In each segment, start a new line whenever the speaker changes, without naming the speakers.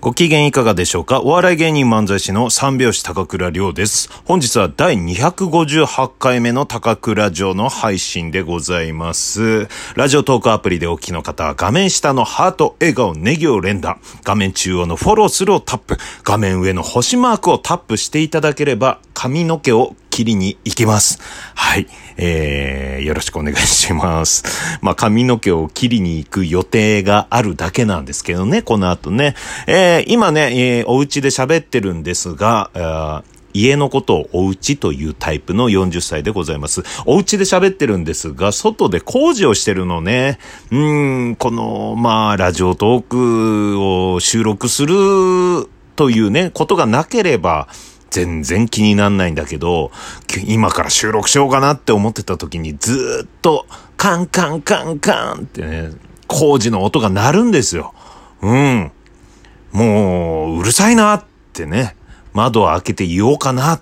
ご機嫌いかがでしょうかお笑い芸人漫才師の三拍子高倉涼です。本日は第258回目の高倉城の配信でございます。ラジオトークアプリでお聞きの方は画面下のハート、笑顔、ネギを連打、画面中央のフォローするをタップ、画面上の星マークをタップしていただければ髪の毛を切りに行きます。はい。えー、よろしくお願いします。 まあ、髪の毛を切りに行く予定があるだけなんですけどね、この後ね。えー、今ね、えー、お家で喋ってるんですが、あー家のことをお家というタイプの40歳でございます。お家で喋ってるんですが、外で工事をしてるのね。うーん、この、まあ、ラジオトークを収録するというね、ことがなければ、全然気になんないんだけど、き今から収録しようかなって思ってた時にずーっとカンカンカンカンってね、工事の音が鳴るんですよ。うん。もう、うるさいなってね、窓を開けて言おうかなっ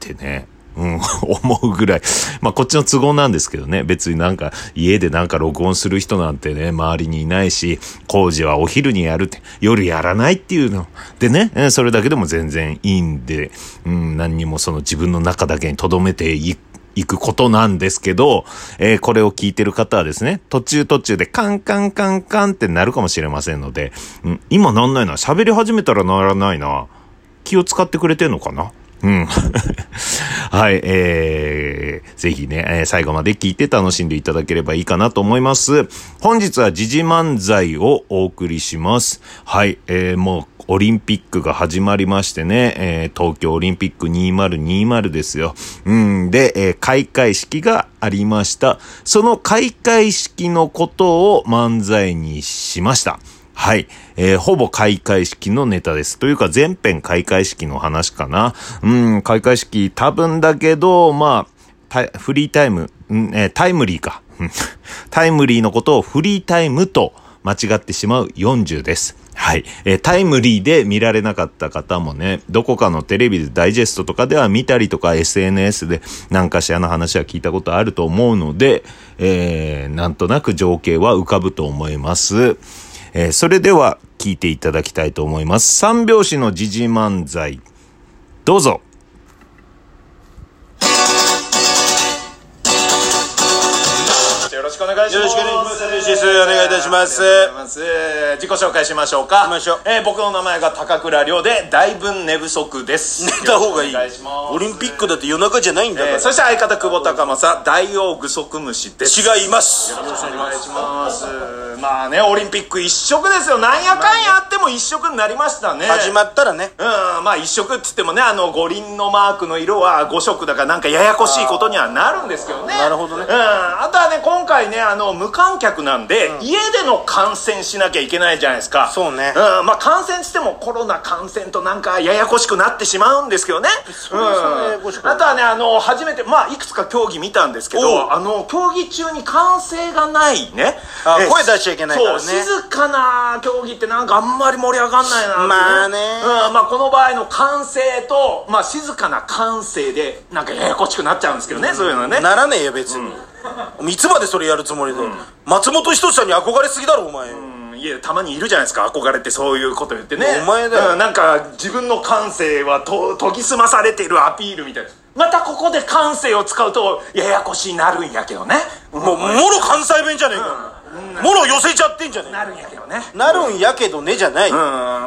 てね、うん、 思うぐらい。まあ、こっちの都合なんですけどね、別になんか、家でなんか録音する人なんてね、周りにいないし、工事はお昼にやるって、夜やらないっていうの。でね、えーそれだけでも全然いいんで、うん、何にもその自分の中だけに留めていく。行くことなんですけど、えーこれを聞いてる方はですね、途中途中でカンカンカンカンってなるかもしれませんので、うん、今なんないな。喋り始めたらならないな。気を使ってくれてんのかなうん。 はい、えー、ぜひね、えー最後まで聞いて楽しんでいただければいいかなと思います。本日は時事漫才をお送りします。はい、えー、もう、オリンピックが始まりましてね、えー東京オリンピック2020ですよ。うん、で、えー開会式がありました。その開会式のことを漫才にしました。はい。えーほぼ開会式のネタです。というか、全編開会式の話かな。うん、開会式多分だけど、まあ、タイフリータイム、うんえータイムリーか。うん タイムリーのことをフリータイムと間違ってしまう40です。はい。えータイムリーで見られなかった方もね、どこかのテレビでダイジェストとかでは見たりとか SNS で何かしらの話は聞いたことあると思うので、えーなんとなく情景は浮かぶと思います。えーそれでは聞いていただきたいと思います。三拍子の時事漫才、どうぞ。
よろしくお願いしま
よ
す。
ろしくお願いします
ルーシースお願いいたします
ありがとうございま。
えー自己紹介しましょうか。
しましょう
えー僕の名前が高倉涼で、だいぶ寝不足です。
寝た方がいい
よろしくお願いします。
オリンピックだって夜中じゃないんだか
えー
ら、
そして相方久保高政、大王具足虫です。
違います
よろしくお願いします。まあね、オリンピック一色ですよ。なんやかんやあっても一色になりましたね。
始まったらね
うん、まあ一色っつってもね、あの五輪のマークの色は5色だからなんかややこしいことにはなるんですけどね。
なるほどね
うん、あとはね、今回ね、あの、無観客なんで、家での観戦しなきゃいけないじゃないですか。
そうね
うん、まあ観戦っつってもコロナ感染となんかややこしくなってしまうんですけどね。
それはそれでややこしく
うん。あとはね、あの、初めて、まあいくつか競技見たんですけ
おう
ど、あの、競技中に歓声がないね。
あ
え
声出しちゃいけないからね
そう、静かな競技ってなんかあんまり盛り上がんないなって、
まあね
うん、まあこの場合の歓声と、まあ静かな歓声で、なんかややこしくなっちゃうんですけどね、そういうのはね。
ならねえよ別に、いつまでそれやるつもりだよ、松本人志さんに憧れすぎだろお前、
うんいやたまにいるじゃないですか憧れてそういうこと言ってね
お前だよ
うんなんか自分の感性はと研ぎ澄まされているアピールみたいなまたここで感性を使うとややこしになるんやけどね
もうもろ関西弁じゃねえか、もろ寄せちゃってんじゃねえ
なるんやけどね
なるんやけどねじゃない、
うん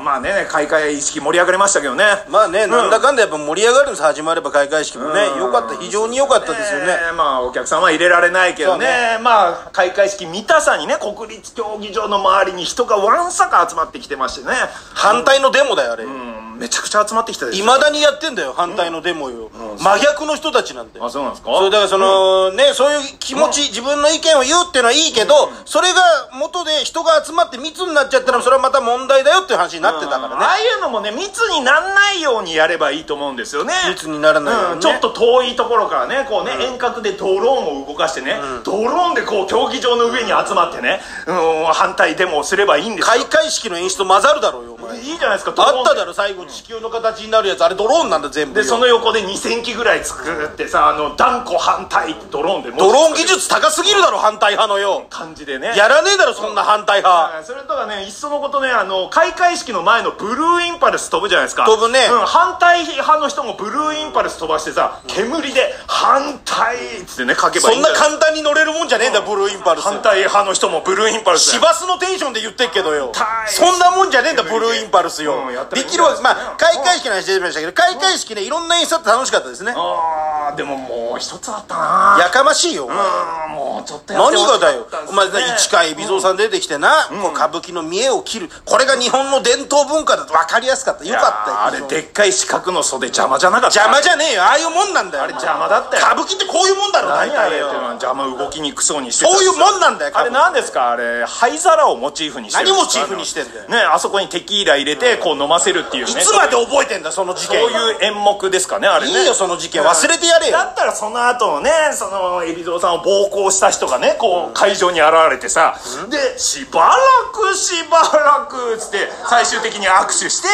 まあね開会式盛り上がりましたけどね
まあね、なんだかんだやっぱ盛り上がるんです始まれば開会式もね、
うん
よかった非常に良かったですよね、
えーまあお客さんは入れられないけどね
そう
まあ開会式見たさにね国立競技場の周りに人がわんさか集まってきてましてね
反対のデモだよあれ
うんめちゃくちゃ集まってきたで
い
しょ
ま、未だにやってんだよ反対のデモよ、真逆の人たちなんて
あそうなんですか
それだからその、ねそういう気持ち、自分の意見を言うっていうのはいいけど、それが元で人が集まって密になっちゃったらそれはまた問題だよっていう話になってたから
あ
ね、
あいうのもね密になんないようにやればいいと思うんですよね
密にならないようにね
うんちょっと遠いところからねこうね、遠隔でドローンを動かしてね、ドローンでこう競技場の上に集まってね、うん、反対デモをすればいいんですよ
開会式の演出と混ざるだろうよお前前
いいじゃないですか
あっただ
ろ
ろ最後地球の形になるやつあれドローンなんだ全部
で
よ
その横で2戦機ぐらい作ってさあの断固反対ってドローンで
ドローン技術高すぎるだろ反対派のよ
感じでね
やらねえだろそんな反対派
はいそれとかねいっそのことねあの開会式の前のブルーインパルス飛ぶじゃないですか
飛ぶね
うん、反対派の人もブルーインパルス飛ばしてさ煙で「反対」っつってね書けば
そ
いい
ん
だ
な
よ
簡単に乗れるもんじゃねえんだよブルーインパルス
反対派の人もブルーインパルス
市バスのテンションで言ってっけどよ
反対
そんなもんじゃねえんだブルーインパルスよ
うんやってる
できるわけまあ開会式の話出てましたけど開会式ねいろんな演出あって楽しかったですね
あーでももう一つあったな
やかましいよお前
うんもうちょっとやって
何
ほしか
が
っ
だよ
たんで
お
すね
前市川海老蔵さん出てきてな、こう歌舞伎の見栄を切るこれが日本の伝統文化だと分かりやすかったよ
いや
か
ーあ
ったよ
れでっかい四角の袖邪魔じゃなかった
邪魔じゃねえよああいうもんなんだよあれ
邪魔だったよ
歌舞伎ってこういうもんだろ大
何あれ
体
っ
よ
てのは邪魔動きにくそうにしてた
そういうもんなんだよ
あれ何ですかあれ灰皿をモチーフにしてる
何モチーフにしてんだよ
ねあそこにテキーラ入れてこう飲ませるっていうね
いつまで覚えてんだその事
そう
件
いう演目ですかねあれね
いいよその事件忘れてやれよ
だったらその後のねその海老蔵さんを暴行した人がねこう会場に現れてさ、でしばらくしばらくっつって最終的に握手して、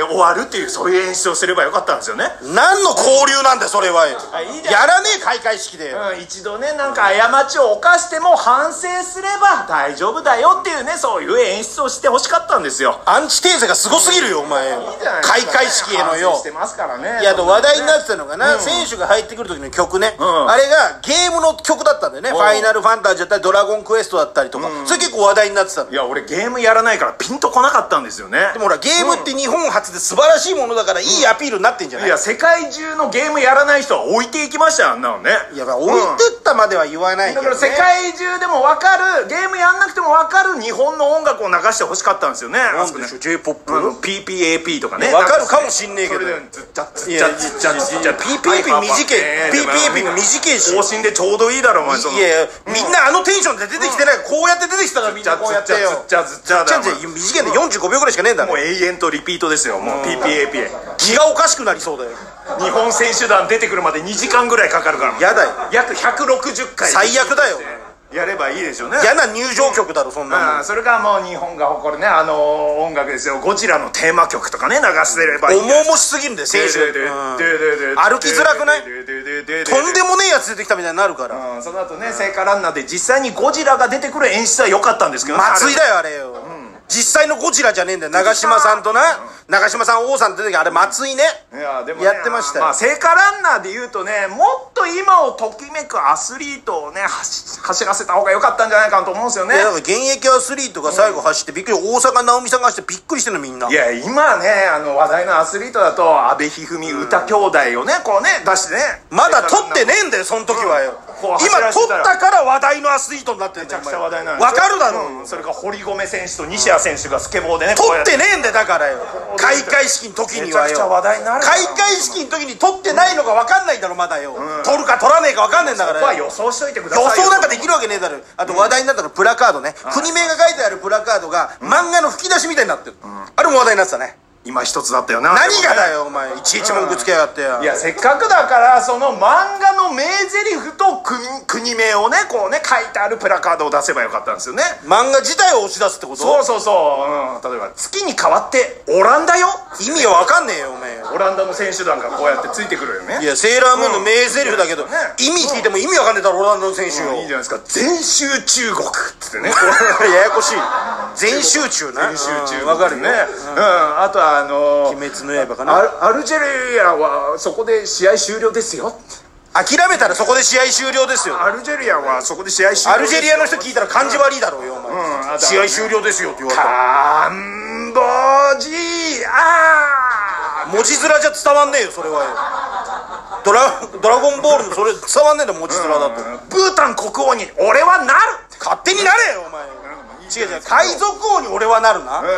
えー終わるっていうそういう演出をすればよかったんですよね、
何の交流なんだよそれはよ
あいいじゃ
や
ん
らねえ開会式でよ
うん、一度ねなんか過ちを犯しても反省すれば大丈夫だよっていうねそういう演出をしてほしかったんですよ
アンチテーゼがすごすぎるよお前
いいじゃないですか
開会式へのよ
反省してますからね
いや、あと話題にな
っ
ってたのがな、選手が入ってくる時の曲ね、
ん
あれがゲームの曲だったんだよね、
ん
ファイナルファンタジーだったり、ドラゴンクエストだったりとか、それ結構話題になってたの。
いや俺ゲームやらないからピンとこなかったんですよね
でもほら、ゲームって日本初で素晴らしいものだから、いいアピールになってんじゃないい、
や世界中のゲームやらない人は置いていきましたよあんなのね
いや、まあ置いてったまでは言わないけ
だ
ど、
か
ね。
ら世界中でも分かるゲームやんなくても分かる日本の音楽を流してほしかったんですよね
な
あ
ん
そこ
で
ね
しょう、J-POP。
うん PPAP とかね
わかるかもしんねえけど
それでずっちゃっ
い
ち
や
ゃっちゃっちゃっ
PPAP 短い PPAP も短いし
更新でちょうどいいだろお前その
いやいや、みんなあのテンションで出てきてない、こうやって出てきたからみん
じゃ
な
あ
こうやってよ。
ずっちゃずっちゃずっちゃだよ
ずっちゃ短いんで45秒ぐらいしかねえんだ
もう
ね。
永遠とリピートですよもう PPAP
気がおかしくなりそうだよ。
日本選手団出てくるまで2時間ぐらいかかるから
やだよ。
約160回
最悪だよ。
やればいいでしょうね
嫌な入場曲だろ、そんなもん。
うんそれがもう日本が誇るねあのー音楽ですよゴジラのテーマ曲とかね流せればいい
重々しすぎるんだよ選手歩きづらくない
と
とん
ん
でもねえやつ出てきたみたいになるから
うんその後ね聖火ランナーで実際にゴジラが出てくる演出は良かったんですけどね
松井だよあれよ実際のゴジラじゃねえんだよ長嶋さんとな長嶋さん王さんって出てきたあれ松井ね
いやでも、ね、
やってましたよ
あ聖火ランナーで言うとねもっと今をときめくアスリートをね走走らせた方が良かったんじゃないかなと思うんですよね
いやだから現役アスリートが最後走ってびっくり大阪直美さんが走ってびっくりしてるのみんない
や今ねあの話題のアスリートだと阿部一二三歌兄弟をねこうね出してね
まだ取ってねえんだよその時はよ
うんこう走
今
らせ
取
て
った
ら
たから話題のアスリートになってるん
め
だ
ち
よ
ゃくちゃ話題なん
わかるだろ
うんそれから堀米選手と西矢選手がスケボーでねこう
取
や
ってねえんだよだからよ開会式の時には
めち
よ
ゃくちゃ話題になるから
開会式の時に取ってないのが分かんないだろまだよ、取るか取らねえか分かんねえんだから
こ
よ
こは予想しといてくだ
予
さいよ
想なんかできるわけねえだろあと話題になったのプラカードね、国名が書いてあるプラカードが漫画の吹き出しみたいになってる、あれも話題になってたね
今一つだったよな
何がだよお前いちいち文句つけやがってよ
いやせっかくだからその漫画の名台詞と国国名をねこうね書いてあるプラカードを出せばよかったんですよね
漫画自体を押し出すってこと
そうそうそう、うん、例えば月に代わってオランダよ
意味わかんねえよお前
オランダの選手団がこうやってついてくるよね
いやセーラームーンの名台詞だけど、
うん
意味聞いても意味わかんねえだろオランダの選手を、
いいじゃないですか全集中国っつ ってね
ややこしい全集中な
全集中
うん
国
わかるよ
ね、うん、あとはあのー
鬼滅の刃かな
アルアルジェリアはそこで試合終了ですよ
諦めたらそこで試合終了ですよ
アルジェリアはそこで試合終了
アルジェリアの人聞いたら感じ悪いだろうよお前、
うん
試合終了ですよって言われたら
カンボジア
文字面じゃ伝わんねえよそれはよドラドラゴンボールのそれ伝わんねえんだよ文字面だと、
ブータン国王に俺はな
勝手になれよお前、違う違う海賊王に俺はなるな、
る、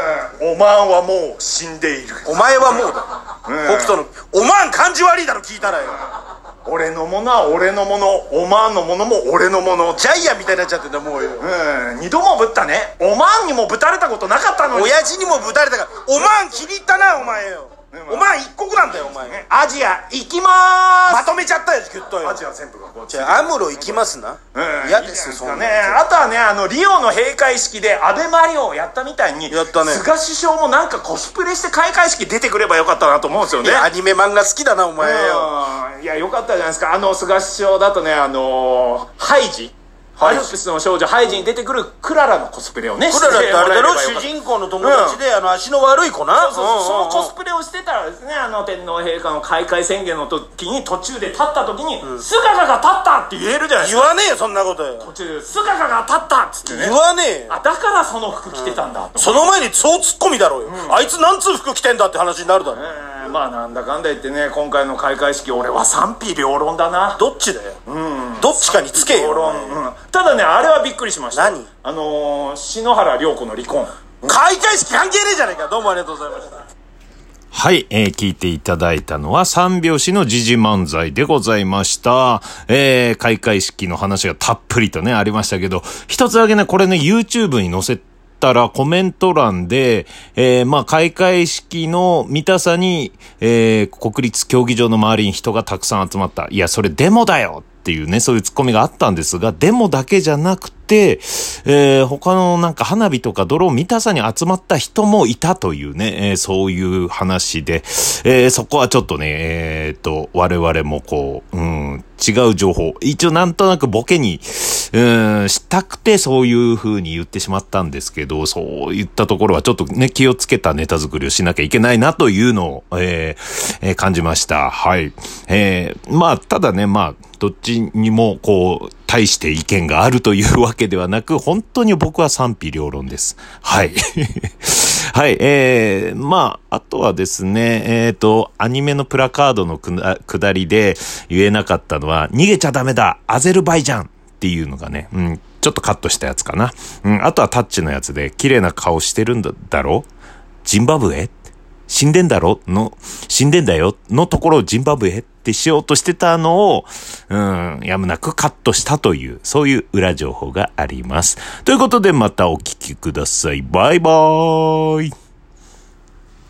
おまんはもう死んでいる
お前はもうだ、北斗のおまん感じ悪いだろ聞いたらよ
俺のものは俺のものおまんのものも俺のもの
ジャイアンみたいになっちゃってんだもうよ、
うん二度もぶったねおまんにもぶたれたことなかったのに
親父にもぶたれたからおまん気に入ったなお前よ
うんお前一国なんだよお前ね
アジア行きま
ま
ーす
とめちゃったよ
ギュッとよ
アジア全部がこう
じゃあアムロ行きますな嫌ですそ
か
ん
ね
な
あとはねあのリオの閉会式で安倍マリオをやったみたいに
やったね
菅首相もなんかコスプレして開会式出てくればよかったなと思うんですよ
い
ね
やアニメ漫画好きだなお前よ
うんいやよかったじゃないですかあの菅首相だとねあのーハイジア
イジ
ルプスの少女ハイジに出てくるクララのコスプレをね
クララってあれだろ
しても
主
らえればよか
人公
った
の友達であの足の悪い子な
そうそうそのコ
うんうんうん
スプレをしてたらですねあの天皇陛下の開会宣言の時に途中で立った時に「菅ガが立った!」って言えるじゃないです
言
か
わねえよそんなことよ
途中で「菅ガが立った!」っつってね
言わねえよ
あだからその服着てたんだと、
その前に超ツッコミだろうよあいつ何通服着てんだって話になるだろ
えーまあなんだかんだ言ってね今回の開会式俺は賛否両論だな
どっちだよどっちかにつけ
両
よ
論、うんただねあれはびっくりしました
何
あのー、篠原涼子の離婚
開会式関係ねえじゃねえかどうもありがとうございました
はい、えー聞いていただいたのは三拍子の時事漫才でございました。えー開会式の話がたっぷりとね、ありましたけど、一つだけね、これね、YouTube に載せたらコメント欄で、えーまあ、開会式の見たさに、えー国立競技場の周りに人がたくさん集まった。いや、それデモだよっていうね、そういうツッコミがあったんですが、デモだけじゃなくて、えー他のなんか花火とか泥を見たさに集まった人もいたというね、えーそういう話で、えーそこはちょっとね、えーと、我々もこう、うん、違う情報。一応なんとなくボケに、うん、したくてそういう風に言ってしまったんですけど、そういったところはちょっとね、気をつけたネタ作りをしなきゃいけないなというのを、えーえー感じました。はい。えーまあ、ただね、まあ、どっちにもこう、大して意見があるというわけではなく、本当に僕は賛否両論です。はい。 はい、えー、まあ、あとはですね、えっ、と、アニメのプラカードのくな、くだりで言えなかったのは、逃げちゃダメだアゼルバイジャンっていうのがね、うん、ちょっとカットしたやつかな。うん、あとはタッチのやつで、綺麗な顔してるんだ、だろジンバブエ死んでんだろの、死んでんだよのところをジンバブエってしようとしてたのを、うん、やむなくカットしたという、そういう裏情報があります。ということでまたお聞きください。バイバーイ。